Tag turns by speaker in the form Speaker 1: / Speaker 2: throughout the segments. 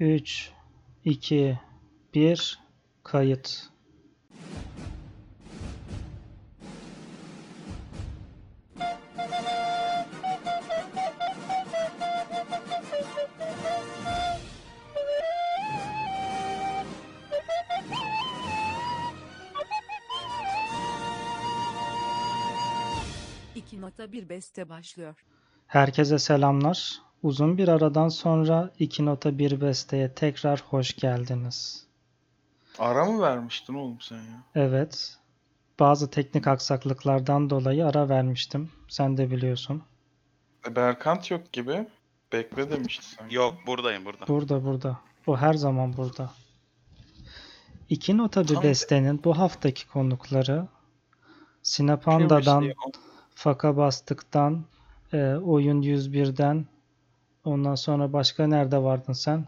Speaker 1: 3, 2, 1, kayıt.
Speaker 2: İki nota bir beste başlıyor.
Speaker 1: Herkese selamlar. Uzun bir aradan sonra 2.1 besteye tekrar hoş geldiniz.
Speaker 3: Ara mı vermiştin oğlum sen ya?
Speaker 1: Evet, bazı teknik aksaklıklardan dolayı ara vermiştim. Sen de biliyorsun.
Speaker 3: E, Berkant yok gibi. Bekle demiştin sen.
Speaker 4: Yok buradayım burada.
Speaker 1: Burada burada. O her zaman burada. 2.1
Speaker 3: Tam-
Speaker 1: bestenin bu haftaki konukları
Speaker 3: Kim
Speaker 1: Sinepanda'dan
Speaker 3: işte ya?
Speaker 1: Faka bastıktan, e, oyun 101'den, ondan sonra başka nerede vardın sen?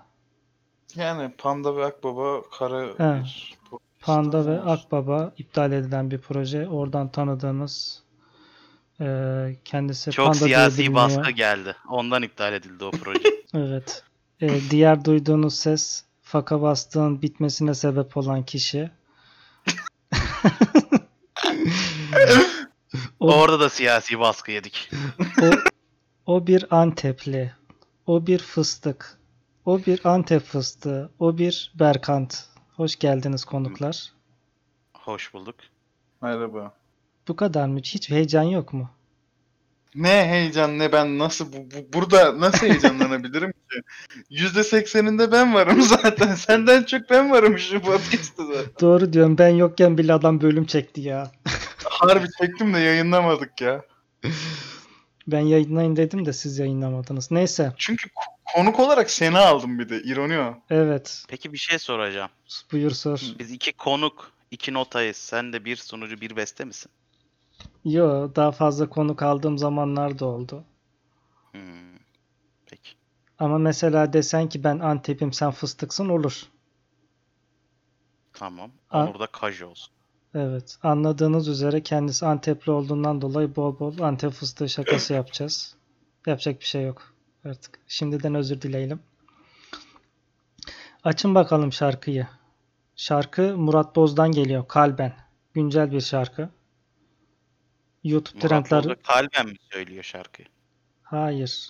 Speaker 3: Yani Panda ve Akbaba kara
Speaker 1: He.
Speaker 3: bir podcast
Speaker 1: Panda ve
Speaker 3: var.
Speaker 1: Akbaba iptal edilen bir proje. Oradan tanıdığımız e, kendisi
Speaker 4: Çok
Speaker 1: Panda diye
Speaker 4: siyasi
Speaker 1: biliniyor.
Speaker 4: baskı geldi. Ondan iptal edildi o proje.
Speaker 1: Evet. E, diğer duyduğunuz ses Faka bastığın bitmesine sebep olan kişi. O-
Speaker 4: Orada da siyasi baskı yedik.
Speaker 1: O, o bir Antepli. O bir fıstık. O bir Antep fıstığı. O bir Berkant. Hoş geldiniz konuklar.
Speaker 4: Hoş bulduk.
Speaker 3: Merhaba.
Speaker 1: Bu kadar mı? Hiç heyecan yok mu?
Speaker 3: Ne heyecan ne ben nasıl bu, bu- burada nasıl heyecanlanabilirim ki? Yüzde sekseninde ben varım zaten. Senden çok ben varım şu podcast'ta da.
Speaker 1: Doğru diyorum. Ben yokken bile adam bölüm çekti ya.
Speaker 3: Harbi çektim de yayınlamadık ya.
Speaker 1: Ben yayınlayın dedim de siz yayınlamadınız. Neyse.
Speaker 3: Çünkü ko- konuk olarak seni aldım bir de. İroni o.
Speaker 1: Evet.
Speaker 4: Peki bir şey soracağım.
Speaker 1: Buyur sor.
Speaker 4: Biz iki konuk, iki notayız. Sen de bir sunucu, bir beste misin?
Speaker 1: Yo daha fazla konuk aldığım zamanlar da oldu.
Speaker 4: Hmm. Peki.
Speaker 1: Ama mesela desen ki ben Antep'im sen fıstıksın olur.
Speaker 4: Tamam.
Speaker 1: A-
Speaker 4: Onur da kaji olsun.
Speaker 1: Evet. Anladığınız üzere kendisi Antepli olduğundan dolayı bol bol Antep fıstığı şakası yapacağız. Yapacak bir şey yok artık. Şimdiden özür dileyelim. Açın bakalım şarkıyı. Şarkı Murat Boz'dan geliyor. Kalben. Güncel bir şarkı. YouTube
Speaker 4: Murat
Speaker 1: trendleri...
Speaker 4: Bozda kalben mi söylüyor şarkıyı?
Speaker 1: Hayır.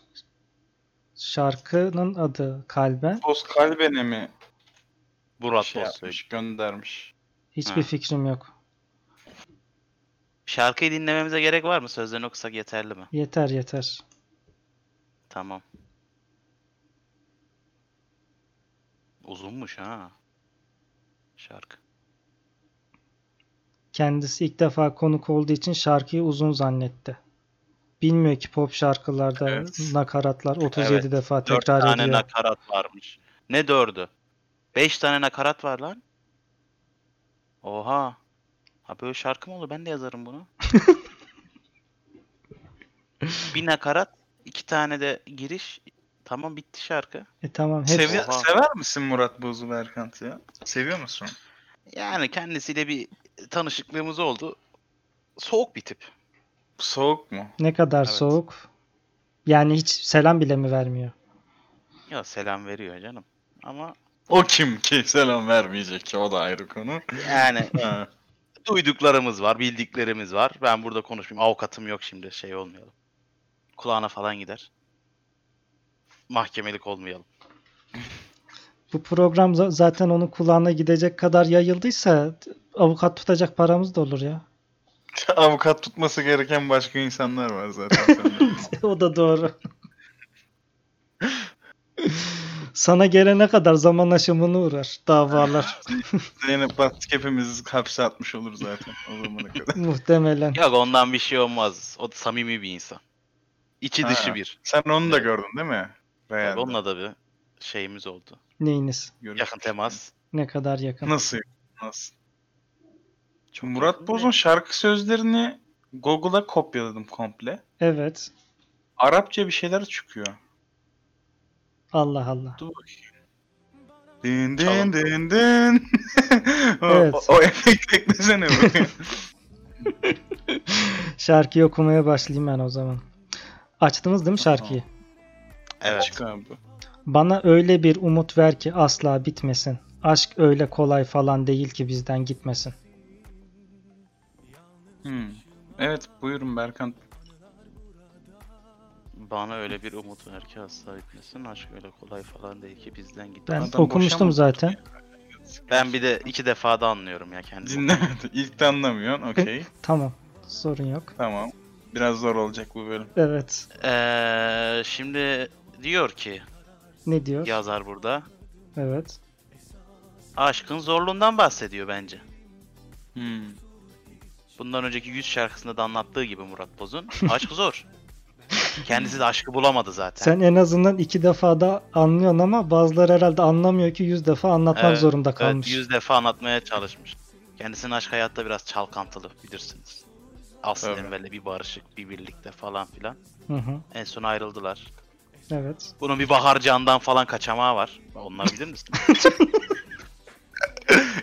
Speaker 1: Şarkının adı Kalben.
Speaker 3: Post kalbene mi
Speaker 4: Murat
Speaker 3: şey
Speaker 4: Boz söylüyor.
Speaker 3: yapmış, göndermiş.
Speaker 1: Hiçbir
Speaker 4: Ha.
Speaker 1: fikrim yok.
Speaker 4: Şarkıyı dinlememize gerek var mı? Sözlerini okusak yeterli mi?
Speaker 1: Yeter yeter.
Speaker 4: Tamam. Uzunmuş ha. Şarkı.
Speaker 1: Kendisi ilk defa konuk olduğu için şarkıyı uzun zannetti. Bilmiyor ki pop şarkılarda
Speaker 3: Evet.
Speaker 1: nakaratlar 37
Speaker 4: Evet,
Speaker 1: defa
Speaker 4: Dört
Speaker 1: tekrar
Speaker 4: tane
Speaker 1: ediyor.
Speaker 4: nakarat varmış. Ne dördü? Beş tane nakarat var lan. Oha. Ha böyle şarkı mı olur? Ben de yazarım bunu. bir nakarat, iki tane de giriş. Tamam bitti şarkı.
Speaker 1: E tamam hepsi
Speaker 3: Sevi-
Speaker 4: Oha.
Speaker 3: sever misin Murat Boz'u Berkant ya? Seviyor musun?
Speaker 4: Yani kendisiyle bir tanışıklığımız oldu. Soğuk bir tip.
Speaker 3: Soğuk mu?
Speaker 1: ne kadar
Speaker 4: Evet.
Speaker 1: soğuk. Yani hiç selam bile mi vermiyor?
Speaker 4: Ya selam veriyor canım. Ama
Speaker 3: O kim ki selam vermeyecek ki o da ayrı konu.
Speaker 4: yani
Speaker 3: Ha.
Speaker 4: duyduklarımız var, bildiklerimiz var. Ben burada konuşmayayım. Avukatım yok şimdi şey olmayalım. Kulağına falan gider. Mahkemelik olmayalım.
Speaker 1: Bu program za- zaten onun kulağına gidecek kadar yayıldıysa avukat tutacak paramız da olur ya.
Speaker 3: Avukat tutması gereken başka insanlar var zaten. sende.
Speaker 1: o da doğru. Sana gelene kadar zaman aşımını uğrar davalar
Speaker 3: Zeynep Bastık hepimiz hapse atmış olur zaten o zamana kadar.
Speaker 1: muhtemelen.
Speaker 4: Yok ondan bir şey olmaz. O da samimi bir insan. İçi
Speaker 3: Ha,
Speaker 4: dışı bir.
Speaker 3: Sen onu da gördün değil mi?
Speaker 4: Tabii
Speaker 3: Real'de.
Speaker 4: onunla da bir şeyimiz oldu.
Speaker 1: Neyiniz?
Speaker 3: Görüştük.
Speaker 4: Yakın temas.
Speaker 1: Ne kadar yakın.
Speaker 3: Nasıl? Nasıl?
Speaker 4: Çok yakın
Speaker 3: Murat
Speaker 4: değil.
Speaker 3: Boz'un şarkı sözlerini Google'a kopyaladım komple.
Speaker 1: Evet.
Speaker 3: Arapça bir şeyler çıkıyor.
Speaker 1: Allah Allah.
Speaker 3: Dur bakayım. Din din
Speaker 4: Çalın.
Speaker 3: din din. o,
Speaker 1: Evet.
Speaker 3: o, o efekt eklesene buraya.
Speaker 1: Şarkıyı okumaya başlayayım ben o zaman. Açtınız değil mi şarkıyı?
Speaker 4: Evet.
Speaker 3: Çık abi.
Speaker 1: Bana öyle bir umut ver ki asla bitmesin. Aşk öyle kolay falan değil ki bizden gitmesin.
Speaker 3: Hmm. Evet buyurun Berkan.
Speaker 4: Bana öyle bir umut ver ki asla bitmesin. Aşk öyle kolay falan değil ki bizden gitti.
Speaker 1: Ben
Speaker 3: Adam boşa
Speaker 1: okumuştum
Speaker 3: mı
Speaker 1: zaten.
Speaker 4: Ben bir de iki defa da anlıyorum ya kendimi.
Speaker 3: Dinlemedi. İlk de anlamıyorsun. Okey.
Speaker 1: Tamam. Sorun yok.
Speaker 3: tamam. Biraz zor olacak bu bölüm.
Speaker 1: Evet.
Speaker 4: Ee, şimdi diyor ki
Speaker 1: Ne diyor?
Speaker 4: yazar burada.
Speaker 1: Evet.
Speaker 4: Aşkın zorluğundan bahsediyor bence.
Speaker 3: Hmm.
Speaker 4: Bundan önceki 100 şarkısında da anlattığı gibi Murat Boz'un. Aşk zor. Kendisi de aşkı bulamadı zaten.
Speaker 1: Sen en azından iki defa da anlıyorsun ama bazıları herhalde anlamıyor ki yüz defa anlatmak
Speaker 4: Evet,
Speaker 1: zorunda
Speaker 4: evet,
Speaker 1: kalmış.
Speaker 4: 100 defa anlatmaya çalışmış. Kendisinin aşk hayatta biraz çalkantılı bilirsiniz. Aslında
Speaker 3: Tabii.
Speaker 4: böyle bir barışık, bir birlikte falan filan.
Speaker 1: Hı hı.
Speaker 4: En son ayrıldılar.
Speaker 1: Evet.
Speaker 4: Bunun bir bahar candan falan kaçamağı var. Onları bilir misin?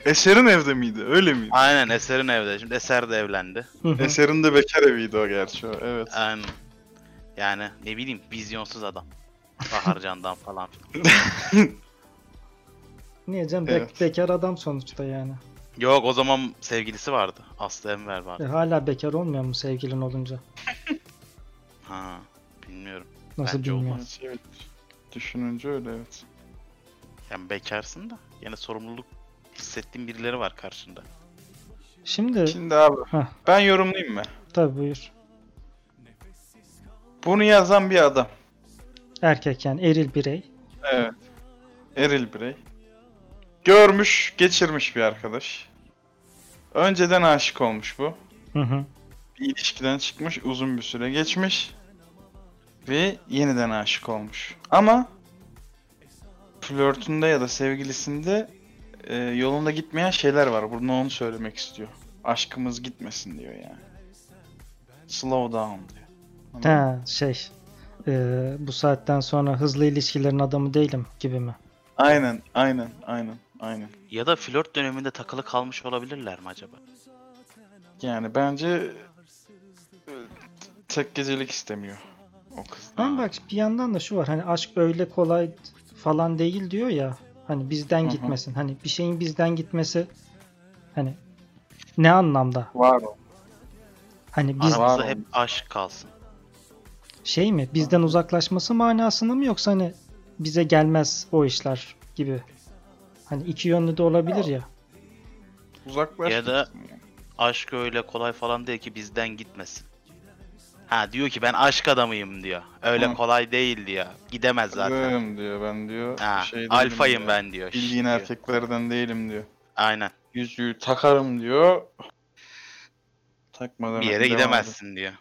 Speaker 3: Eser'in evde miydi? Öyle miydi?
Speaker 4: Aynen Eser'in evde. Şimdi Eser de evlendi.
Speaker 1: Hı hı.
Speaker 3: Eser'in de bekar eviydi o gerçi o. Evet.
Speaker 4: Yani, yani ne bileyim vizyonsuz adam. Bahar candan falan filan.
Speaker 1: Niye canım? Be-
Speaker 3: Evet.
Speaker 1: bekar adam sonuçta yani.
Speaker 4: Yok o zaman sevgilisi vardı. Aslı Enver
Speaker 1: E,
Speaker 4: vardı.
Speaker 1: hala bekar olmuyor mu sevgilin olunca?
Speaker 4: Ha, bilmiyorum.
Speaker 1: Nasıl
Speaker 4: Bence
Speaker 1: bilmiyorum.
Speaker 4: olmaz.
Speaker 3: Evet. Şey Düşününce öyle evet.
Speaker 4: Yani bekarsın da yine sorumluluk hissettiğin birileri var karşında.
Speaker 1: Şimdi
Speaker 3: Şimdi abi
Speaker 1: Heh.
Speaker 3: ben yorumlayayım mı?
Speaker 1: tabii buyur.
Speaker 3: Bunu yazan bir adam.
Speaker 1: Erkek yani eril birey.
Speaker 3: Evet. Eril birey. Görmüş, geçirmiş bir arkadaş. Önceden aşık olmuş bu.
Speaker 1: Hı hı.
Speaker 3: Bir ilişkiden çıkmış, uzun bir süre geçmiş. Ve yeniden aşık olmuş. Ama flörtünde ya da sevgilisinde e, yolunda gitmeyen şeyler var. Burada onu söylemek istiyor. Aşkımız gitmesin diyor yani. Slow down diyor. Anladın mı?
Speaker 1: Ha, şey. e, bu saatten sonra hızlı ilişkilerin adamı değilim gibi mi?
Speaker 3: Aynen, aynen, aynen, aynen.
Speaker 4: Ya da flört döneminde takılı kalmış olabilirler mi acaba?
Speaker 3: Yani bence e, tek gecelik istemiyor o kız.
Speaker 1: Ama bak bir yandan da şu var hani aşk öyle kolay falan değil diyor ya hani bizden
Speaker 3: Hı hı.
Speaker 1: gitmesin hani bir şeyin bizden gitmesi hani ne anlamda
Speaker 3: Var o.
Speaker 1: hani biz
Speaker 3: Var
Speaker 4: Aramızda
Speaker 3: olmuş.
Speaker 4: hep aşk kalsın.
Speaker 1: şey mi bizden uzaklaşması manasında mı yoksa hani bize gelmez o işler gibi hani iki yönlü de olabilir ya
Speaker 3: Uzaklaş.
Speaker 4: Ya da- Aşk öyle kolay falan değil ki bizden gitmesin. Ha diyor ki ben aşk adamıyım diyor. Öyle
Speaker 3: Hı.
Speaker 4: kolay değil diyor. Gidemez zaten.
Speaker 3: Zaten. diyor ben diyor.
Speaker 4: Ha,
Speaker 3: şey değilim
Speaker 4: alfayım
Speaker 3: diyor.
Speaker 4: ben diyor.
Speaker 3: Bildiğin
Speaker 4: diyor.
Speaker 3: erkeklerden değilim diyor.
Speaker 4: Aynen.
Speaker 3: Yüzüğü takarım diyor. Takmadan
Speaker 4: Bir yere
Speaker 3: önce devam
Speaker 4: gidemezsin diyor.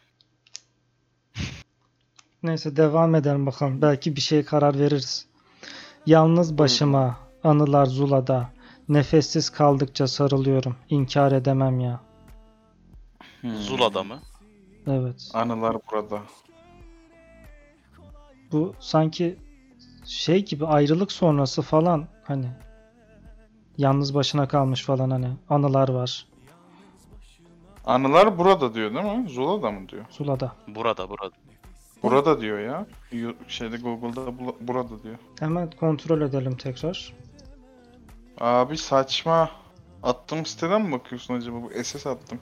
Speaker 1: neyse devam edelim bakalım belki bir şey karar veririz yalnız başıma anılar zulada nefessiz kaldıkça sarılıyorum inkar edemem ya
Speaker 3: edin. Hmm.
Speaker 4: Zul adamı.
Speaker 1: evet
Speaker 3: Anılar burada.
Speaker 1: bu sanki şey gibi ayrılık sonrası falan hani yalnız başına kalmış falan hani anılar var
Speaker 3: Anılar burada diyor değil mi? Zul adamı diyor.
Speaker 1: Zula'da.
Speaker 4: Burada burada.
Speaker 3: Burada diyor ya. Yu- Şeyde Google'da bu- burada diyor.
Speaker 1: Hemen kontrol edelim tekrar.
Speaker 3: Abi saçma. Attığım siteden mi bakıyorsun acaba? Bu SS attım.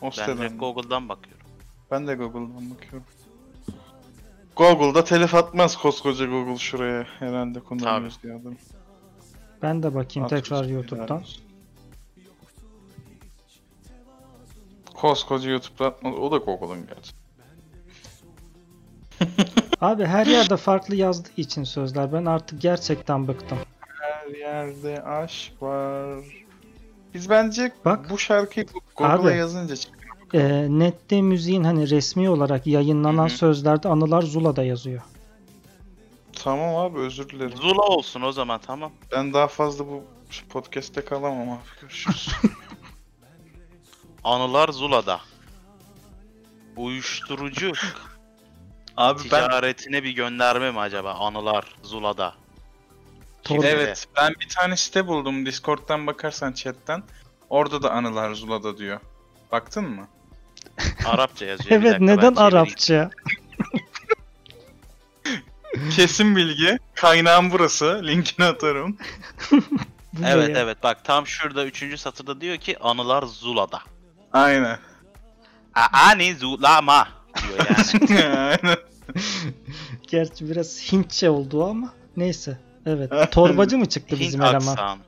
Speaker 3: O
Speaker 4: Ben
Speaker 3: siteden.
Speaker 4: direkt
Speaker 3: mi?
Speaker 4: Google'dan bakıyorum.
Speaker 3: Ben de Google'dan bakıyorum. Google'da telif atmaz koskoca Google şuraya herhalde kullanıyoruz diye adam.
Speaker 1: Ben de bakayım
Speaker 3: Atıyoruz,
Speaker 1: tekrar
Speaker 3: helal
Speaker 1: YouTube'dan.
Speaker 3: olsun. Koskoca YouTube'da atmaz. O da Google'ın gerçi.
Speaker 1: Abi her yerde farklı yazdığı için sözler. Ben artık gerçekten bıktım.
Speaker 3: Her yerde aşk var. Biz bence
Speaker 1: Bak.
Speaker 3: bu şarkıyı Google'a
Speaker 1: Abi.
Speaker 3: yazınca çıkıyor.
Speaker 1: Ee, nette müziğin hani resmi olarak yayınlanan
Speaker 4: Hı hı.
Speaker 1: sözlerde anılar Zula'da yazıyor.
Speaker 3: Tamam abi özür dilerim.
Speaker 4: Zula olsun o zaman tamam.
Speaker 3: Ben daha fazla bu podcast'te kalamam abi. Görüşürüz.
Speaker 4: Anılar Zula'da. Uyuşturucu
Speaker 3: abi
Speaker 4: ticaretine bir gönderme mi acaba? Anılar Zula'da.
Speaker 1: Tor-
Speaker 4: Kimde?
Speaker 3: Evet ben bir tane site buldum Discord'dan bakarsan chatten. Orada da anılar Zula'da diyor. Baktın mı?
Speaker 4: Arapça yazıyor. bir
Speaker 1: Evet
Speaker 4: dakika, ben
Speaker 1: neden
Speaker 4: çevireyim.
Speaker 1: Arapça?
Speaker 3: Kesin bilgi. Kaynağım burası. Linkini atarım.
Speaker 1: Bu ne
Speaker 4: Evet
Speaker 1: ya?
Speaker 4: evet bak tam şurada 3. satırda diyor ki anılar Zula'da.
Speaker 3: Aynen.
Speaker 4: A- Ani Zulama diyor yani.
Speaker 3: Aynen.
Speaker 1: Gerçi biraz Hintçe oldu ama neyse. Evet. Torbacı mı çıktı
Speaker 4: Hint
Speaker 1: bizim eleman?
Speaker 4: aksan.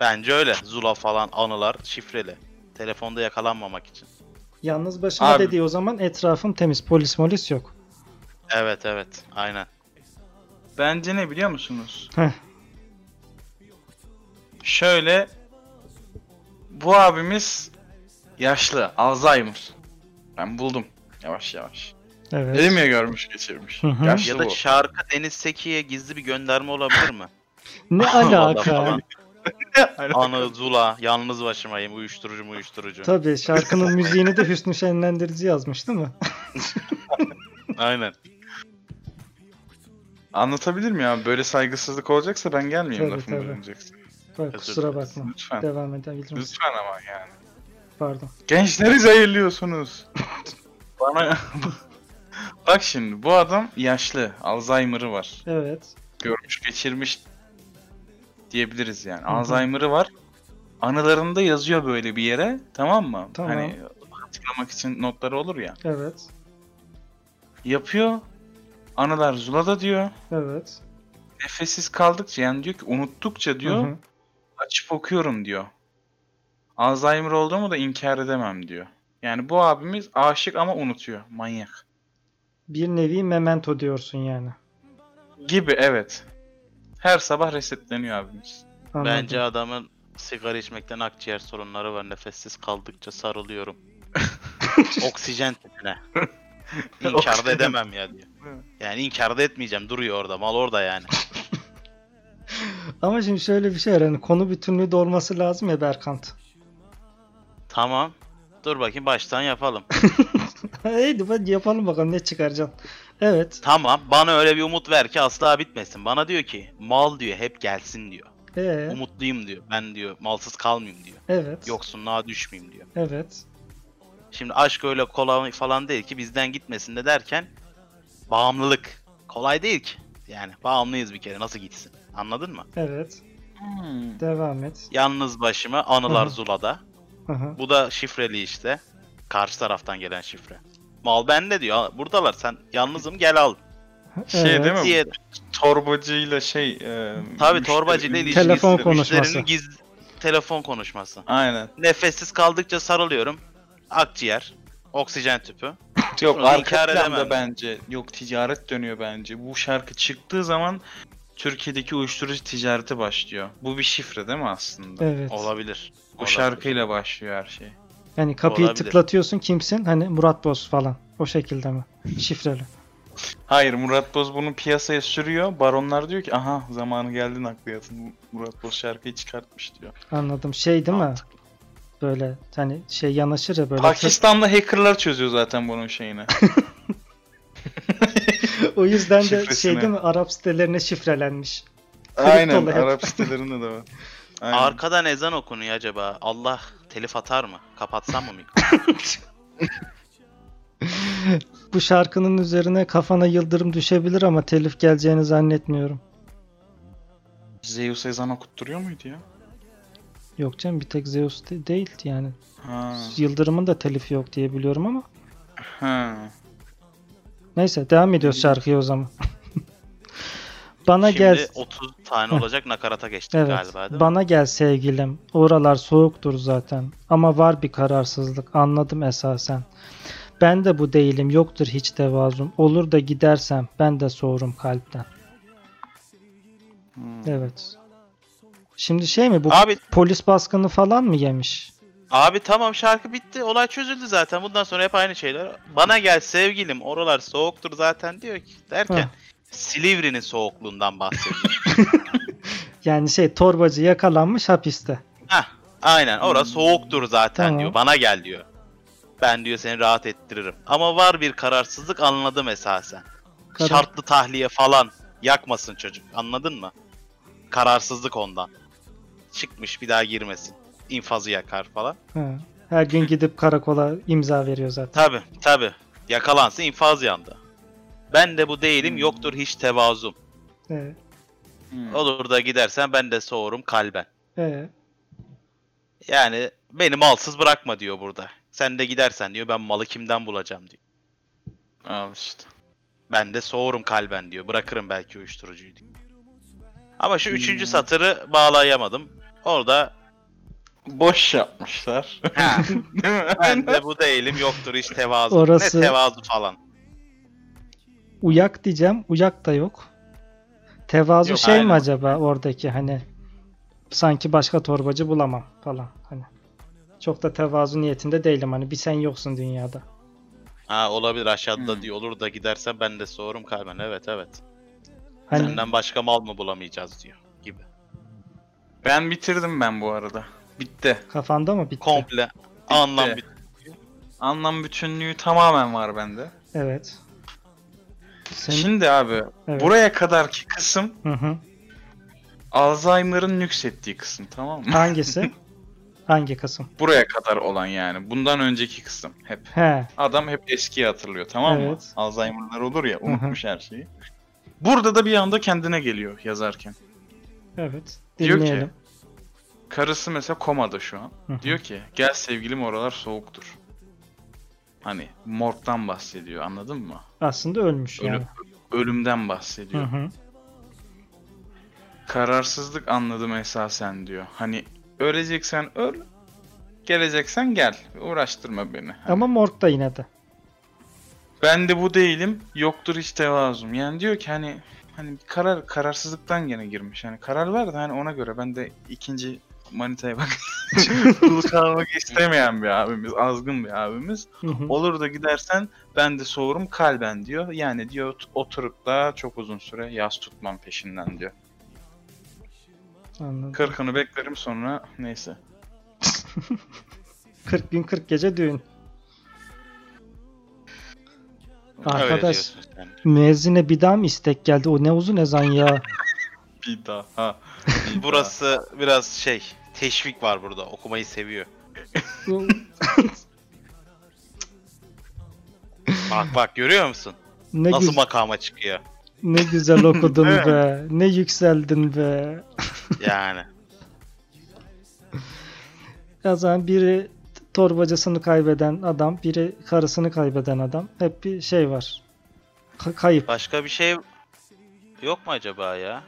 Speaker 4: Bence öyle. Zula falan anılar şifreli. Telefonda yakalanmamak için.
Speaker 1: Yalnız başıma
Speaker 3: Abi.
Speaker 1: dediği o zaman etrafım temiz. Polis molis yok.
Speaker 4: Evet evet aynen.
Speaker 3: Bence ne biliyor musunuz?
Speaker 1: Heh.
Speaker 3: Şöyle bu abimiz yaşlı, Alzheimer. Ben buldum yavaş yavaş.
Speaker 1: Evet.
Speaker 3: Dedim ya görmüş geçirmiş.
Speaker 1: Hı hı.
Speaker 3: Yaşlı
Speaker 4: Ya da
Speaker 3: bu.
Speaker 4: şarkı Deniz Seki'ye gizli bir gönderme olabilir mi?
Speaker 1: Ne
Speaker 4: Anılarla
Speaker 1: alaka?
Speaker 4: falan. Anı Zula yalnız başımayım uyuşturucu uyuşturucu.
Speaker 1: Tabii şarkının müziğini de Hüsnü Şenlendirici yazmış değil mi?
Speaker 4: Aynen.
Speaker 3: Anlatabilir miyim abi? Böyle saygısızlık olacaksa ben gelmeyeyim
Speaker 1: Tabii,
Speaker 3: lafımı
Speaker 1: tabii.
Speaker 3: bölüneceksin.
Speaker 1: Bak, kusura bakma.
Speaker 3: Lütfen.
Speaker 1: Devam edebilir misin?
Speaker 3: Lütfen ama yani.
Speaker 1: Pardon.
Speaker 3: Gençleri zehirliyorsunuz. Bana... Bak şimdi bu adam yaşlı. Alzheimer'ı var.
Speaker 1: Evet.
Speaker 3: görmüş geçirmiş diyebiliriz yani.
Speaker 1: hı.
Speaker 3: Alzheimer'ı var. Anılarında yazıyor böyle bir yere tamam mı?
Speaker 1: Tamam.
Speaker 3: Hani hatırlamak için notları olur ya.
Speaker 1: Evet.
Speaker 3: Yapıyor. Anılar Zula'da diyor.
Speaker 1: Evet.
Speaker 3: Nefessiz kaldıkça yani diyor ki unuttukça
Speaker 1: Hı
Speaker 3: diyor
Speaker 1: hı.
Speaker 3: açıp okuyorum diyor. Alzheimer olduğumu da inkar edemem diyor. Yani bu abimiz aşık ama unutuyor. Manyak.
Speaker 1: Bir nevi memento diyorsun yani.
Speaker 3: Gibi evet. Her sabah resetleniyor abimiz.
Speaker 1: Anladım.
Speaker 4: Bence adamın sigara içmekten akciğer sorunları var. Nefessiz kaldıkça sarılıyorum. Oksijen tipine. İnkar da
Speaker 3: Oksijen.
Speaker 4: edemem ya diyor. Yani inkar da etmeyeceğim. Duruyor orada. Mal orada yani.
Speaker 1: Ama şimdi şöyle bir şey var. Hani konu bütünlüğü de olması lazım ya Berkant.
Speaker 4: Tamam. Dur bakayım baştan yapalım.
Speaker 1: Haydi hadi yapalım bakalım ne çıkaracaksın. Evet.
Speaker 4: Tamam. Bana öyle bir umut ver ki asla bitmesin. Bana diyor ki mal diyor hep gelsin diyor.
Speaker 1: Ee,
Speaker 4: Umutluyum diyor. Ben diyor malsız kalmayayım diyor.
Speaker 1: evet.
Speaker 4: Yoksunluğa düşmeyeyim diyor.
Speaker 1: Evet.
Speaker 4: Şimdi aşk öyle kolay falan değil ki bizden gitmesin de derken bağımlılık kolay değil ki. Yani bağımlıyız bir kere nasıl gitsin? Anladın mı?
Speaker 1: Evet.
Speaker 4: Hmm.
Speaker 1: Devam et.
Speaker 4: Yalnız başıma anılar
Speaker 1: Hı hı.
Speaker 4: Zula'da.
Speaker 1: Hı hı.
Speaker 4: Bu da şifreli işte. Karşı taraftan gelen şifre. Mal bende diyor. "Al, Buradalar sen yalnızım gel al.
Speaker 3: Şey değil mi?
Speaker 4: Diye
Speaker 3: Torbacıyla şey... E,
Speaker 4: tabi
Speaker 3: müşteri-
Speaker 4: torbacıyla ilişkisi.
Speaker 1: Telefon
Speaker 4: müşterinin
Speaker 3: şey.
Speaker 1: konuşması.
Speaker 4: gizli telefon konuşması.
Speaker 3: Aynen.
Speaker 4: Nefessiz kaldıkça sarılıyorum. Akciğer, oksijen tüpü.
Speaker 3: Yok
Speaker 4: Sonra
Speaker 3: arka
Speaker 4: inkar
Speaker 3: planda
Speaker 4: edemem.
Speaker 3: bence. Yok ticaret dönüyor bence. Bu şarkı çıktığı zaman Türkiye'deki uyuşturucu ticareti başlıyor. Bu bir şifre değil mi aslında?
Speaker 1: Evet.
Speaker 4: Olabilir.
Speaker 3: Bu
Speaker 4: Olabilir.
Speaker 3: şarkıyla başlıyor her şey.
Speaker 1: Yani kapıyı
Speaker 4: Olabilir.
Speaker 1: tıklatıyorsun kimsin? Hani Murat Boz falan. O şekilde mi? Şifreli.
Speaker 3: Hayır Murat Boz bunu piyasaya sürüyor. Baronlar diyor ki aha zamanı geldi nakliyatın. Murat Boz şarkıyı çıkartmış diyor.
Speaker 1: Anladım. Şey değil mi?
Speaker 4: Mantıklı.
Speaker 1: Böyle hani şey yanaşır ya böyle.
Speaker 3: Pakistan'da hackerlar çözüyor zaten bunun şeyini.
Speaker 1: o yüzden de şey
Speaker 3: Şifresini.
Speaker 1: değil mi? Arap sitelerine şifrelenmiş.
Speaker 3: Aynen
Speaker 1: Kriptolar.
Speaker 3: Arap sitelerinde de var. Aynen.
Speaker 4: Arkadan ezan okunuyor acaba. Allah telif atar mı? Kapatsam mı mikrofonu?
Speaker 1: Bu şarkının üzerine kafana yıldırım düşebilir ama telif geleceğini zannetmiyorum.
Speaker 3: Zeus ezan okutturuyor muydu ya?
Speaker 1: Yok canım bir tek Zeus de- değildi yani.
Speaker 3: Ha.
Speaker 1: Yıldırım'ın da telifi yok diye biliyorum ama.
Speaker 3: ha.
Speaker 1: Neyse devam ediyoruz şarkıya o zaman. Bana
Speaker 4: Şimdi
Speaker 1: gel.
Speaker 4: 30 tane olacak nakarata geçtik
Speaker 1: Evet.
Speaker 4: galiba değil mi?
Speaker 1: Bana gel sevgilim. Oralar soğuktur zaten. Ama var bir kararsızlık. Anladım esasen. Ben de bu değilim. Yoktur hiç tevazum. Olur da gidersem ben de soğurum kalpten.
Speaker 3: Hmm.
Speaker 1: Evet. Şimdi şey mi bu
Speaker 4: Abi
Speaker 1: polis baskını falan mı yemiş?
Speaker 4: abi tamam şarkı bitti. Olay çözüldü zaten. Bundan sonra hep aynı şeyler. Bana gel sevgilim. Oralar soğuktur zaten diyor ki derken
Speaker 1: Heh.
Speaker 4: Silivri'nin soğukluğundan bahsediyor.
Speaker 1: Yani şey torbacı yakalanmış hapiste.
Speaker 4: Hah. Aynen. Orası soğuktur zaten
Speaker 1: Hmm. Tamam.
Speaker 4: diyor. Bana gel diyor. Ben diyor seni rahat ettiririm. Ama var bir kararsızlık anladım esasen.
Speaker 1: Karar-
Speaker 4: Şartlı tahliye falan yakmasın çocuk. Anladın mı? Kararsızlık ondan. Çıkmış bir daha girmesin. İnfazı yakar falan.
Speaker 1: He. Her gün gidip karakola imza veriyor zaten.
Speaker 4: Tabi tabi. Yakalansın infaz yandı. Ben de bu değilim yoktur hiç tevazum.
Speaker 1: Ee,
Speaker 3: Hmm.
Speaker 4: Olur da gidersen ben de soğurum kalben.
Speaker 1: ee,
Speaker 4: Yani beni malsız bırakma diyor burada. Sen de gidersen diyor ben malı kimden bulacağım diyor.
Speaker 3: Al işte.
Speaker 4: Ben de soğurum kalben diyor. Bırakırım belki uyuşturucuyu diyor. Ama şu üçüncü
Speaker 3: Hmm.
Speaker 4: satırı bağlayamadım. Orada
Speaker 3: Boş yapmışlar.
Speaker 4: ha,
Speaker 3: Değil mi?
Speaker 4: ben de bu değilim yoktur hiç tevazu.
Speaker 1: Orası-
Speaker 4: Ne tevazu falan.
Speaker 1: uyak diyeceğim. Uyak da yok. Tevazu
Speaker 4: Yok,
Speaker 1: şey
Speaker 4: aynen.
Speaker 1: mi acaba oradaki hani sanki başka torbacı bulamam falan hani. Çok da tevazu niyetinde değilim hani bir sen yoksun dünyada.
Speaker 4: Ha olabilir aşağıda da
Speaker 3: Hmm.
Speaker 4: diyor olur da gidersen ben de soğurum kalben. Evet evet.
Speaker 1: Hani
Speaker 4: Senden başka mal mı bulamayacağız diyor gibi.
Speaker 3: Ben bitirdim ben bu arada. Bitti.
Speaker 1: kafanda mı bitti?
Speaker 4: Komple anlam bir
Speaker 3: Anlam bütünlüğü tamamen var bende.
Speaker 1: Evet. Senin-
Speaker 3: Şimdi abi
Speaker 1: evet.
Speaker 3: buraya kadarki kısım
Speaker 1: Hı hı.
Speaker 3: Alzheimer'ın nüksettiği kısım tamam mı?
Speaker 1: Hangisi? Hangi kısım?
Speaker 3: buraya kadar olan yani. Bundan önceki kısım hep.
Speaker 1: He.
Speaker 3: Adam hep eskiyi hatırlıyor tamam mı?
Speaker 1: Evet.
Speaker 3: Alzheimer'lar olur ya unutmuş her şeyi. Burada da bir anda kendine geliyor yazarken.
Speaker 1: Evet.
Speaker 3: Diyor ki-
Speaker 1: Dinleyelim.
Speaker 3: Karısı mesela komada şu an.
Speaker 1: Hı hı.
Speaker 3: Diyor ki gel sevgilim oralar soğuktur. Hani morgdan bahsediyor anladın mı?
Speaker 1: Aslında ölmüş
Speaker 3: Ölüm-
Speaker 1: yani.
Speaker 3: Ölümden
Speaker 1: Hı
Speaker 3: bahsediyor.
Speaker 1: hı.
Speaker 3: Kararsızlık anladım esasen diyor. Hani öleceksen öl, geleceksen gel. Uğraştırma beni. Hani
Speaker 1: Ama morgda yine de.
Speaker 3: Ben de bu değilim. Yoktur hiç tevazum. Yani diyor ki hani hani bir karar kararsızlıktan gene girmiş. Hani karar verdi hani ona göre ben de ikinci manitaya bak. Dul kalmak istemeyen bir abimiz, azgın bir abimiz.
Speaker 1: Hı hı.
Speaker 3: Olur da gidersen ben de soğurum kalben diyor. Yani diyor ot- oturup da çok uzun süre yaz tutmam peşinden diyor.
Speaker 1: Anladım. 40.
Speaker 3: Kırkını beklerim sonra neyse.
Speaker 1: gün 40 gece düğün.
Speaker 4: öyle
Speaker 1: Arkadaş
Speaker 4: diyorsun sen.
Speaker 1: müezzine bir daha mı istek geldi? O ne uzun ezan ya.
Speaker 3: Bir daha. bir
Speaker 4: Burası biraz şey teşvik var burada. Okumayı seviyor. Bak bak görüyor musun?
Speaker 1: ne,
Speaker 4: Nasıl
Speaker 1: güz-
Speaker 4: makama çıkıyor.
Speaker 1: ne güzel okudun
Speaker 3: Değil mi?
Speaker 1: be. Ne yükseldin be.
Speaker 4: Yani.
Speaker 1: O zaman biri torbacasını kaybeden adam, biri karısını kaybeden adam. Hep bir şey var. Ka- kayıp.
Speaker 4: Başka bir şey yok mu acaba ya?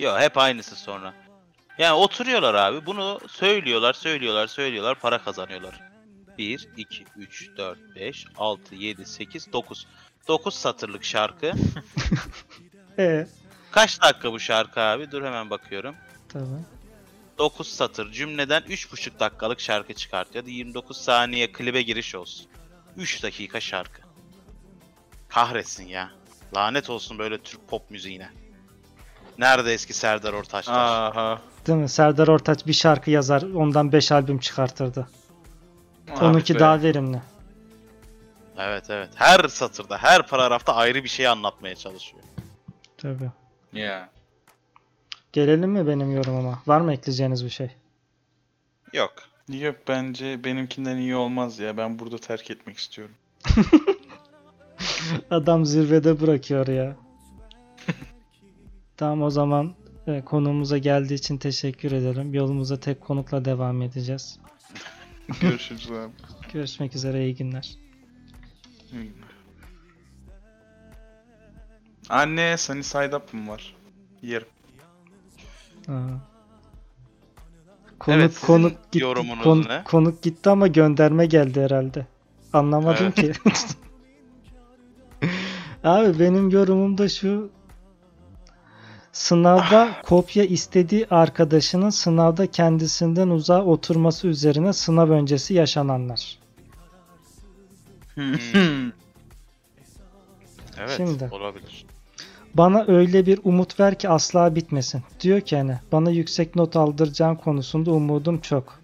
Speaker 4: Yok hep aynısı sonra. Yani oturuyorlar abi. Bunu söylüyorlar, söylüyorlar, söylüyorlar. Para kazanıyorlar. 1, 2, 3, 4, 5, 6, 7, 8, 9. 9 satırlık şarkı.
Speaker 1: E,
Speaker 4: Kaç dakika bu şarkı abi? Dur hemen bakıyorum.
Speaker 1: tabii.
Speaker 4: 9 satır cümleden 3,5 dakikalık şarkı çıkartıyor. Hadi 29 saniye klibe giriş olsun. 3 dakika şarkı. Kahretsin ya. Lanet olsun böyle Türk pop müziğine. Nerede eski Serdar Ortaçlar?
Speaker 3: Aha.
Speaker 1: Değil mi? Serdar Ortaç bir şarkı yazar, ondan 5 albüm çıkartırdı. Onunki
Speaker 3: Ah be.
Speaker 1: daha verimli.
Speaker 4: Evet evet. Her satırda, her paragrafta ayrı bir şey anlatmaya çalışıyor.
Speaker 1: Tabii.
Speaker 3: Ya.
Speaker 1: Gelelim mi benim yorumuma? Var mı ekleyeceğiniz bir şey?
Speaker 4: Yok.
Speaker 3: Yok bence benimkinden iyi olmaz ya. Ben burada terk etmek istiyorum.
Speaker 1: Adam zirvede bırakıyor ya. tamam o zaman e, konuğumuza geldiği için teşekkür ederim. Yolumuza tek konukla devam edeceğiz.
Speaker 3: Görüşürüz abi.
Speaker 1: Görüşmek üzere iyi günler.
Speaker 3: İyi günler. Anne Sunny Side Up mı var? Yerim.
Speaker 1: Aa. Konuk
Speaker 4: Evet, sizin
Speaker 1: konuk gitti.
Speaker 4: yorumunuz
Speaker 1: konuk,
Speaker 4: ne?
Speaker 1: konuk gitti ama gönderme geldi herhalde. Anlamadım ki. Abi benim yorumum da şu. Sınavda kopya istediği arkadaşının sınavda kendisinden uzağa oturması üzerine sınav öncesi yaşananlar.
Speaker 4: Evet
Speaker 1: Şimdi.
Speaker 4: olabilir.
Speaker 1: Bana öyle bir umut ver ki asla bitmesin. Diyor ki hani bana yüksek not aldıracağın konusunda umudum çok.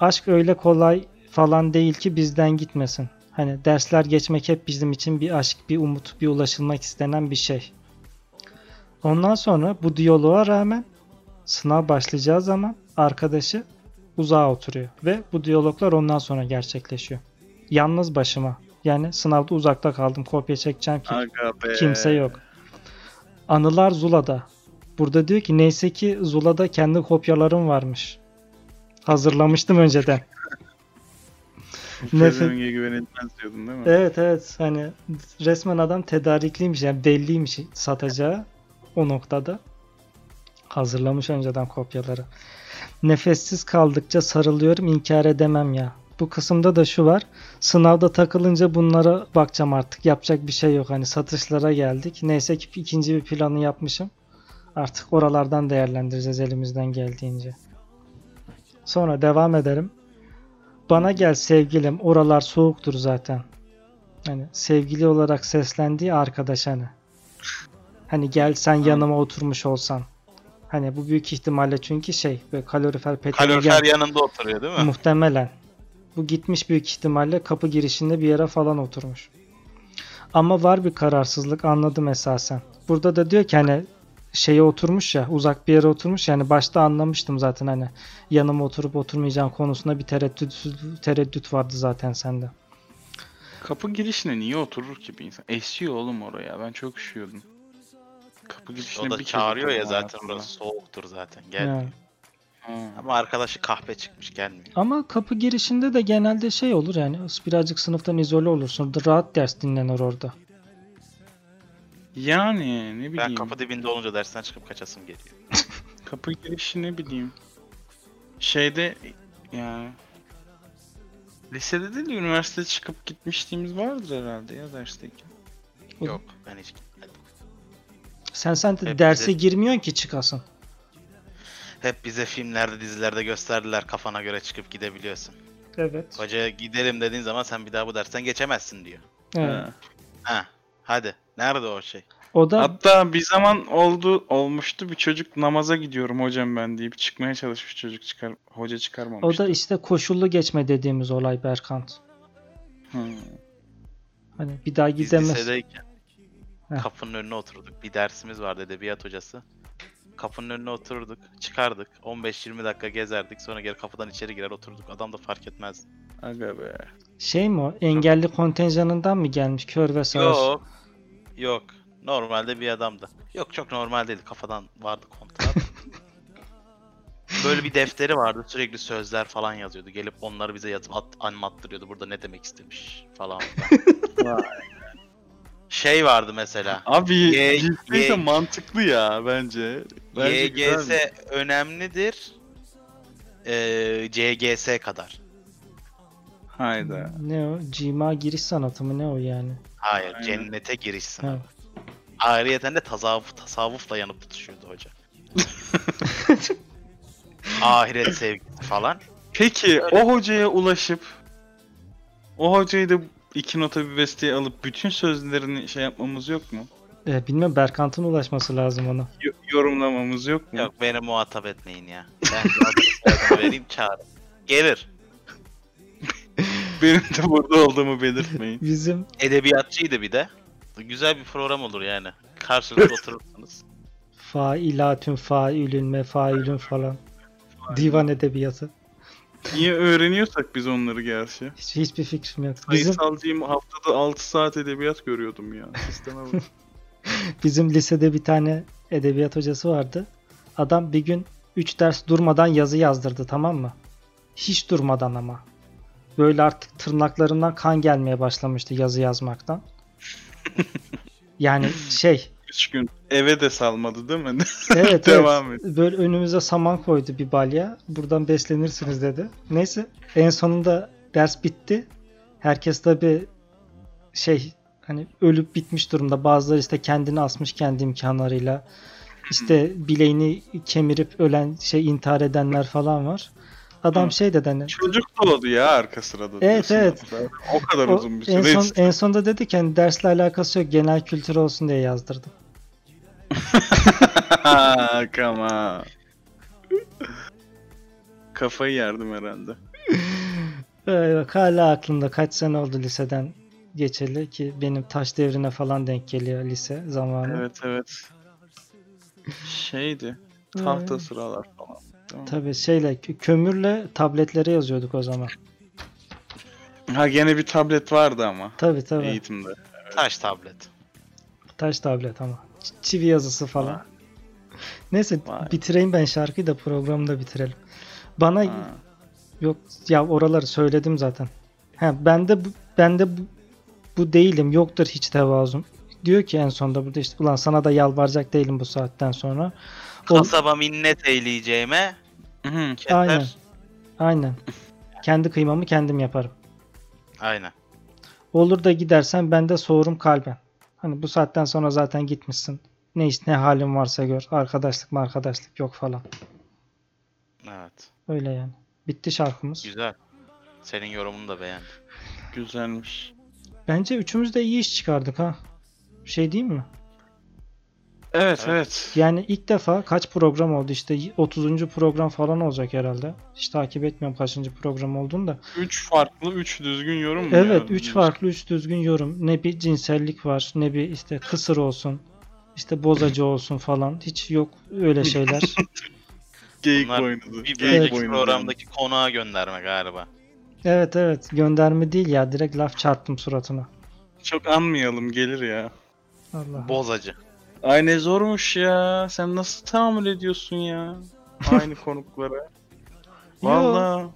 Speaker 1: Aşk öyle kolay falan değil ki bizden gitmesin. Hani dersler geçmek hep bizim için bir aşk, bir umut, bir ulaşılmak istenen bir şey. Ondan sonra bu diyaloğa rağmen sınav başlayacağı zaman arkadaşı uzağa oturuyor ve bu diyaloglar ondan sonra gerçekleşiyor. Yalnız başıma Yani sınavda uzakta kaldım. Kopya çekeceğim ki
Speaker 3: Aga be.
Speaker 1: kimse yok. Anılar Zula'da. Burada diyor ki neyse ki Zula'da kendi kopyalarım varmış. Hazırlamıştım önceden.
Speaker 3: Bu
Speaker 1: Nefes-
Speaker 3: pezevenge güvenilmez diyordun değil mi?
Speaker 1: Evet evet hani resmen adam tedarikliymiş yani belliymiş satacağı o noktada. Hazırlamış önceden kopyaları. Nefessiz kaldıkça sarılıyorum inkar edemem ya. Bu kısımda da şu var. Sınavda takılınca bunlara bakacağım artık. Yapacak bir şey yok. Hani satışlara geldik. Neyse ki ikinci bir planı yapmışım. Artık oralardan değerlendireceğiz elimizden geldiğince. Sonra devam ederim. Bana gel sevgilim oralar soğuktur zaten. Hani sevgili olarak seslendiği arkadaş hani. Hani gel sen yanıma oturmuş olsan. Hani bu büyük ihtimalle çünkü şey böyle kalorifer peteği
Speaker 4: Kalorifer yanında oturuyor değil mi?
Speaker 1: Muhtemelen. Bu gitmiş büyük ihtimalle kapı girişinde bir yere falan oturmuş. Ama var bir kararsızlık anladım esasen. Burada da diyor ki hani şeye oturmuş ya uzak bir yere oturmuş yani başta anlamıştım zaten hani yanıma oturup oturmayacağım konusunda bir tereddüt, tereddüt vardı zaten sende.
Speaker 3: Kapı girişine niye oturur ki bir insan? Esiyor oğlum oraya. Ben çok üşüyordum. Kapı girişine
Speaker 4: O da
Speaker 3: bir kez
Speaker 4: çağırıyor ya
Speaker 3: oturdum
Speaker 4: zaten
Speaker 3: hayatımda.
Speaker 4: burası soğuktur zaten gel.
Speaker 1: Yani.
Speaker 3: Ha.
Speaker 4: Ama arkadaşı kahve çıkmış gelmiyor.
Speaker 1: Ama kapı girişinde de genelde şey olur yani birazcık sınıftan izole olursun rahat ders dinlenir orada.
Speaker 3: Yani ne bileyim.
Speaker 4: Ben
Speaker 3: kapı...
Speaker 4: kapı dibinde olunca dersten çıkıp kaçasım geliyor.
Speaker 3: girişi ne bileyim. Şeyde yani. Lisede değil de üniversiteye çıkıp gitmişliğimiz vardır herhalde ya dersteki.
Speaker 4: Yok ben hiç gitmedim.
Speaker 1: Sen sen de
Speaker 4: Hep
Speaker 1: derse
Speaker 4: bize-
Speaker 1: girmiyorsun ki çıkasın.
Speaker 4: Hep bize filmlerde dizilerde gösterdiler kafana göre çıkıp gidebiliyorsun.
Speaker 1: Evet.
Speaker 4: Hocaya gidelim dediğin zaman sen bir daha bu dersten geçemezsin diyor.
Speaker 1: evet.
Speaker 3: Ha.
Speaker 4: Ha hadi nerede o şey?
Speaker 1: O da
Speaker 3: Hatta bir zaman oldu olmuştu bir çocuk namaza gidiyorum hocam ben deyip çıkmaya çalışmış çocuk çıkar hoca
Speaker 1: O
Speaker 3: çıkarmamıştı.
Speaker 1: da işte koşullu geçme dediğimiz olay Berkant.
Speaker 3: Hı.
Speaker 1: Hani bir daha
Speaker 4: Biz
Speaker 1: gidemez.
Speaker 4: lisedeyken
Speaker 1: Heh.
Speaker 4: kapının önüne oturduk. Bir dersimiz vardı edebiyat hocası. Kapının önüne oturduk, çıkardık. 15-20 dakika gezerdik. Sonra geri kapıdan içeri girer oturduk. Adam da fark etmez.
Speaker 3: Aga be.
Speaker 1: Şey mi o? Engelli kontenjanından mı gelmiş kör ve sağır?
Speaker 4: Yok. Yok. Normalde bir adamdı. Yok çok normal değil. Kafadan vardı kontrat. Böyle bir defteri vardı. Sürekli sözler falan yazıyordu. Gelip onları bize yazıp at, anlattırıyordu. Burada ne demek istemiş falan.
Speaker 3: Vay.
Speaker 4: şey vardı mesela.
Speaker 3: Abi
Speaker 4: Ye-
Speaker 3: ciddiyse
Speaker 4: ye-
Speaker 3: mantıklı ya bence. Bence
Speaker 4: YGS
Speaker 3: güzelmiş.
Speaker 4: önemlidir. Ee, CGS kadar.
Speaker 3: Hayda.
Speaker 1: Ne o? Cima giriş sanatı mı ne o yani?
Speaker 4: Hayır,
Speaker 3: Aynen.
Speaker 4: cennete girişsin.
Speaker 1: Ha.
Speaker 4: Ayrıyeten de tasavvuf, tasavvufla yanıp tutuşuyordu hoca. Ahiret sevgisi falan.
Speaker 3: Peki o hocaya ulaşıp o hocayı da iki nota bir besteye alıp bütün sözlerini şey yapmamız yok mu?
Speaker 1: E, bilmem Berkant'ın ulaşması lazım ona.
Speaker 3: Yo- yorumlamamız yok mu?
Speaker 4: Yok beni muhatap etmeyin ya. Ben bir adını soyadını vereyim çağırın. Gelir.
Speaker 3: Benim de burada olduğumu belirtmeyin.
Speaker 1: Bizim
Speaker 4: Edebiyatçıydı bir de. Güzel bir program olur yani. Karşılıklı oturursunuz.
Speaker 1: failatün failün mefailün falan. Divan edebiyatı.
Speaker 3: Niye öğreniyorsak biz onları gerçi?
Speaker 1: Hiç, hiçbir fikrim yok. Bizim
Speaker 3: Sayısalcıyım haftada 6 saat edebiyat görüyordum ya. Sisteme bak.
Speaker 1: Bizim lisede bir tane edebiyat hocası vardı. Adam bir gün 3 ders durmadan yazı yazdırdı tamam mı? Hiç durmadan ama. Böyle artık tırnaklarından kan gelmeye başlamıştı yazı yazmaktan. yani şey
Speaker 3: 3 gün eve de salmadı değil mi?
Speaker 1: evet,
Speaker 3: Devam
Speaker 1: evet. Böyle önümüze saman koydu bir balya. Buradan beslenirsiniz dedi. Neyse en sonunda ders bitti. Herkes tabi şey hani ölüp bitmiş durumda. Bazıları işte kendini asmış kendi imkanlarıyla. İşte bileğini kemirip ölen şey intihar edenler falan var. Adam
Speaker 3: Hı.
Speaker 1: şey dedi hani
Speaker 3: Çocuk doğdu ya arka sırada.
Speaker 1: Evet,
Speaker 3: diyorsun.
Speaker 1: evet.
Speaker 3: Ben- O kadar
Speaker 1: o
Speaker 3: uzun bir süre.
Speaker 1: en, son, en sonunda dedi ki hani dersle alakası yok genel kültür olsun diye yazdırdım.
Speaker 3: Kama. Kafayı yerdim herhalde.
Speaker 1: Ay bak hala aklımda kaç sene oldu liseden geçeli ki benim taş devrine falan denk geliyor lise zamanı.
Speaker 3: Evet evet. Şeydi. Tahta sıralar falan.
Speaker 1: Tabii şeyle kö- kömürle tabletlere yazıyorduk o zaman.
Speaker 3: Ha gene bir tablet vardı ama
Speaker 1: Tabii tabii.
Speaker 3: eğitimde.
Speaker 4: Taş tablet.
Speaker 1: Taş tablet ama. Ç- Çivi yazısı falan. Neyse
Speaker 3: Vay.
Speaker 1: bitireyim ben şarkıyı da programı da bitirelim. Bana
Speaker 3: Ha.
Speaker 1: yok ya oraları söyledim zaten. Ha bende bu bende bu, bu değilim. Yoktur hiç tevazum. Diyor ki en sonunda burada işte ulan sana da yalvaracak değilim bu saatten sonra. O-
Speaker 4: Kasaba minnet eyleyeceğime
Speaker 3: Hı.
Speaker 4: keser.
Speaker 1: Aynen.
Speaker 4: Aynen.
Speaker 1: Aynen. Kendi kıymamı kendim yaparım.
Speaker 4: Aynen.
Speaker 1: Olur da gidersen ben de soğurum kalben. Hani bu saatten sonra zaten gitmişsin. Ne iş ne halin varsa gör. Arkadaşlık mı arkadaşlık yok falan.
Speaker 4: Evet.
Speaker 1: Öyle yani. Bitti şarkımız.
Speaker 4: Güzel. Senin yorumunu da beğendim.
Speaker 3: Güzelmiş.
Speaker 1: Bence üçümüz de iyi iş çıkardık ha. Şey değil mi?
Speaker 3: Evet
Speaker 4: Evet.
Speaker 3: evet.
Speaker 1: Yani ilk defa kaç program oldu işte 30. program falan olacak herhalde. Hiç takip etmiyorum kaçıncı program olduğunu da.
Speaker 3: 3 farklı 3 düzgün yorum mu?
Speaker 1: Evet
Speaker 3: ya?
Speaker 1: 3 farklı 3 düzgün yorum. Ne bir cinsellik var ne bir işte kısır olsun. işte bozacı olsun falan. Hiç yok öyle şeyler.
Speaker 3: Geyik
Speaker 4: Bunlar
Speaker 3: boynuzu.
Speaker 4: Bir
Speaker 3: geyik
Speaker 4: önceki
Speaker 3: boynuzu.
Speaker 4: programdaki konuğa gönderme galiba.
Speaker 1: evet evet gönderme değil ya direkt laf çarptım suratına.
Speaker 3: Çok anmayalım gelir ya.
Speaker 1: Allah.
Speaker 4: Bozacı.
Speaker 3: Ay ne zormuş ya. Sen nasıl tahammül ediyorsun ya? Aynı konuklara. Valla.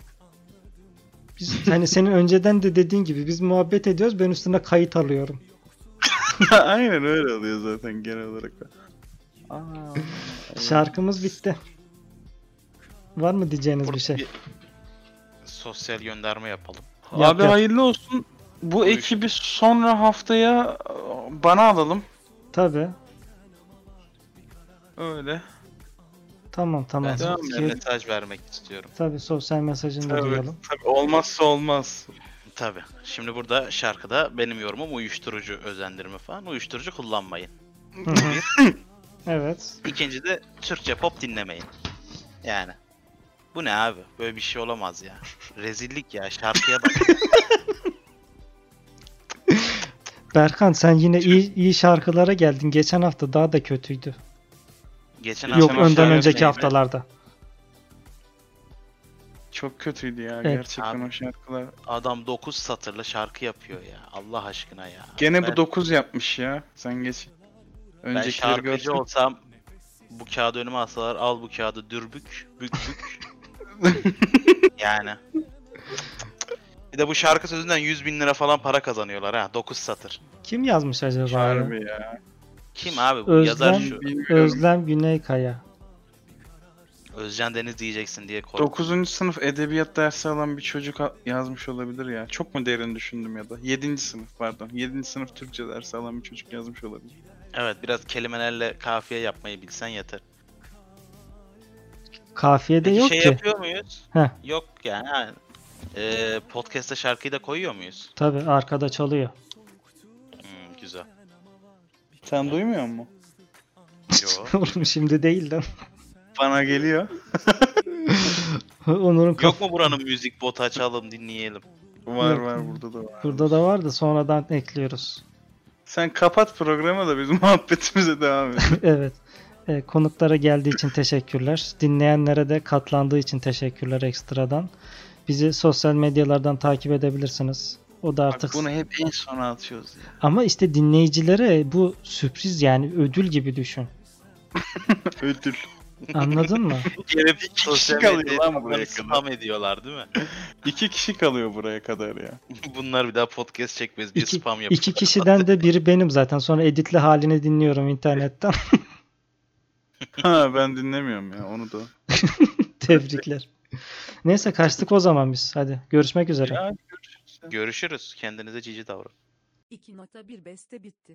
Speaker 1: Biz, hani senin önceden de dediğin gibi biz muhabbet ediyoruz ben üstüne kayıt alıyorum.
Speaker 3: Aynen öyle oluyor zaten genel olarak. Aa,
Speaker 1: Şarkımız bitti. Var mı diyeceğiniz bir şey?
Speaker 4: Bir sosyal gönderme yapalım.
Speaker 3: Abi
Speaker 1: yap.
Speaker 3: hayırlı olsun. Bu
Speaker 4: Buyur.
Speaker 3: ekibi sonra haftaya e, bana alalım.
Speaker 1: Tabii.
Speaker 3: Öyle.
Speaker 1: Tamam tamam.
Speaker 4: Ben
Speaker 3: Tamam,
Speaker 4: sosyal
Speaker 3: evet.
Speaker 4: mesaj vermek istiyorum.
Speaker 1: Tabii sosyal mesajını da
Speaker 3: Evet,
Speaker 1: duyalım.
Speaker 3: tabii olmazsa olmaz.
Speaker 4: Tabi. Şimdi burada şarkıda benim yorumum uyuşturucu özendirme falan. Uyuşturucu kullanmayın.
Speaker 1: Hı hı. evet.
Speaker 4: İkinci de Türkçe pop dinlemeyin. Yani. Bu ne abi? Böyle bir şey olamaz ya. Rezillik ya. Şarkıya bak.
Speaker 1: Berkan sen yine iyi, iyi şarkılara geldin. Geçen hafta daha da kötüydü.
Speaker 4: Geçen
Speaker 3: Yok,
Speaker 1: Yok
Speaker 4: hafta
Speaker 3: hafta
Speaker 1: önden
Speaker 3: şarkı
Speaker 1: önceki
Speaker 3: neydi?
Speaker 1: haftalarda.
Speaker 3: Çok kötüydü ya
Speaker 1: Evet.
Speaker 3: gerçekten
Speaker 4: Abi.
Speaker 3: o şarkılar.
Speaker 4: adam 9 satırlı şarkı yapıyor ya. Allah aşkına ya.
Speaker 3: Gene
Speaker 4: Ben-
Speaker 3: bu 9 yapmış ya. Sen geç.
Speaker 4: Ben
Speaker 3: Öncekileri
Speaker 4: şarkıcı
Speaker 3: görsün.
Speaker 4: olsam bu kağıdı önüme alsalar al bu kağıdı dürbük bük bük. yani. Bir de bu şarkı sözünden 100 bin lira falan para kazanıyorlar ha. 9 satır.
Speaker 1: Kim yazmış acaba? ya?
Speaker 3: Harbi ya.
Speaker 4: Kim abi bu
Speaker 1: Özlem-
Speaker 4: yazar şu.
Speaker 3: Bilmiyorum.
Speaker 1: Özlem Güneykaya.
Speaker 4: Özcan Deniz diyeceksin diye korktum.
Speaker 3: 9. sınıf edebiyat dersi alan bir çocuk a- yazmış olabilir ya. Çok mu derin düşündüm ya da? 7. sınıf pardon. 7. sınıf Türkçe dersi alan bir çocuk yazmış olabilir.
Speaker 4: Evet biraz kelimelerle kafiye yapmayı bilsen yeter.
Speaker 1: Kafiyede
Speaker 4: Peki
Speaker 1: yok
Speaker 4: şey
Speaker 1: ki.
Speaker 4: yapıyor muyuz?
Speaker 1: Heh.
Speaker 4: Yok yani. ha. Ee, podcast'te şarkıyı da koyuyor muyuz?
Speaker 1: Tabii arkada çalıyor.
Speaker 4: Hmm, güzel.
Speaker 3: Sen duymuyor musun?
Speaker 4: Yo.
Speaker 1: Oğlum şimdi değil de.
Speaker 3: Bana geliyor.
Speaker 1: Onur'un
Speaker 4: Yok mu buranın müzik botu açalım dinleyelim.
Speaker 3: Var
Speaker 1: Yok.
Speaker 3: var burada da var.
Speaker 1: burada da var da sonradan ekliyoruz.
Speaker 3: Sen kapat programı da biz muhabbetimize devam edelim.
Speaker 1: evet. Ee, konuklara geldiği için teşekkürler. Dinleyenlere de katlandığı için teşekkürler ekstradan. Bizi sosyal medyalardan takip edebilirsiniz. O da
Speaker 3: Bak
Speaker 1: artık
Speaker 3: bunu hep en sona atıyoruz ya.
Speaker 1: Ama işte dinleyicilere bu sürpriz yani ödül gibi düşün.
Speaker 3: Ödül.
Speaker 1: Anladın mı?
Speaker 4: Yine bir
Speaker 3: kişi kalıyor lan buraya kadar.
Speaker 4: Spam ediyorlar değil mi?
Speaker 3: İki kişi kalıyor buraya kadar ya.
Speaker 4: Bunlar bir daha podcast çekmez diye
Speaker 1: İki,
Speaker 4: spam yapıyorlar.
Speaker 1: iki kişiden de biri benim zaten. Sonra editli halini dinliyorum internetten.
Speaker 3: Ha ben dinlemiyorum ya onu da.
Speaker 1: Tebrikler. Neyse kaçtık o zaman biz. Hadi görüşmek üzere.
Speaker 3: Ya görüşürüz.
Speaker 4: Görüşürüz. Kendinize cici davranın.
Speaker 2: 2.1 beste bitti.